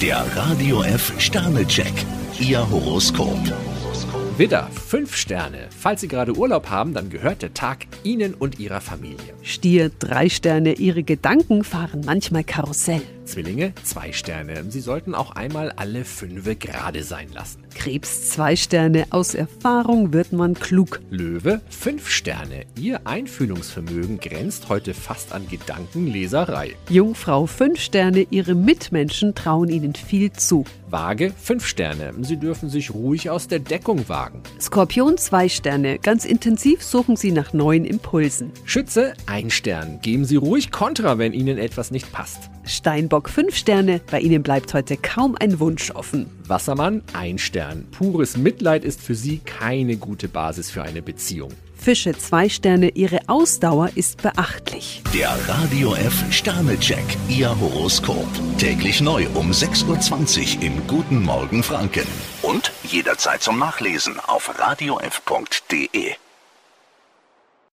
Der Radio F Sternecheck. Ihr Horoskop. Widder, fünf Sterne. Falls Sie gerade Urlaub haben, dann gehört der Tag Ihnen und Ihrer Familie. Stier, drei Sterne, Ihre Gedanken fahren manchmal Karussell. Zwillinge, zwei Sterne. Sie sollten auch einmal alle Fünfe gerade sein lassen. Krebs, zwei Sterne, aus Erfahrung wird man klug. Löwe, fünf Sterne. Ihr Einfühlungsvermögen grenzt heute fast an Gedankenleserei. Jungfrau, fünf Sterne, Ihre Mitmenschen trauen Ihnen viel zu. Waage, fünf Sterne. Sie dürfen sich ruhig aus der Deckung wagen. Skorpion, zwei Sterne, ganz intensiv suchen Sie nach neuen Impulsen. Schütze, ein Stern. Geben Sie ruhig Kontra, wenn Ihnen etwas nicht passt. Steinbock, fünf Sterne, bei Ihnen bleibt heute kaum ein Wunsch offen. Wassermann, ein Stern. Pures Mitleid ist für Sie keine gute Basis für eine Beziehung. Fische, zwei Sterne, Ihre Ausdauer ist beachtlich. Der Radio F Sternecheck. Ihr Horoskop. Täglich neu um 6.20 Uhr im Guten Morgen Franken. Und jederzeit zum Nachlesen auf radiof.de.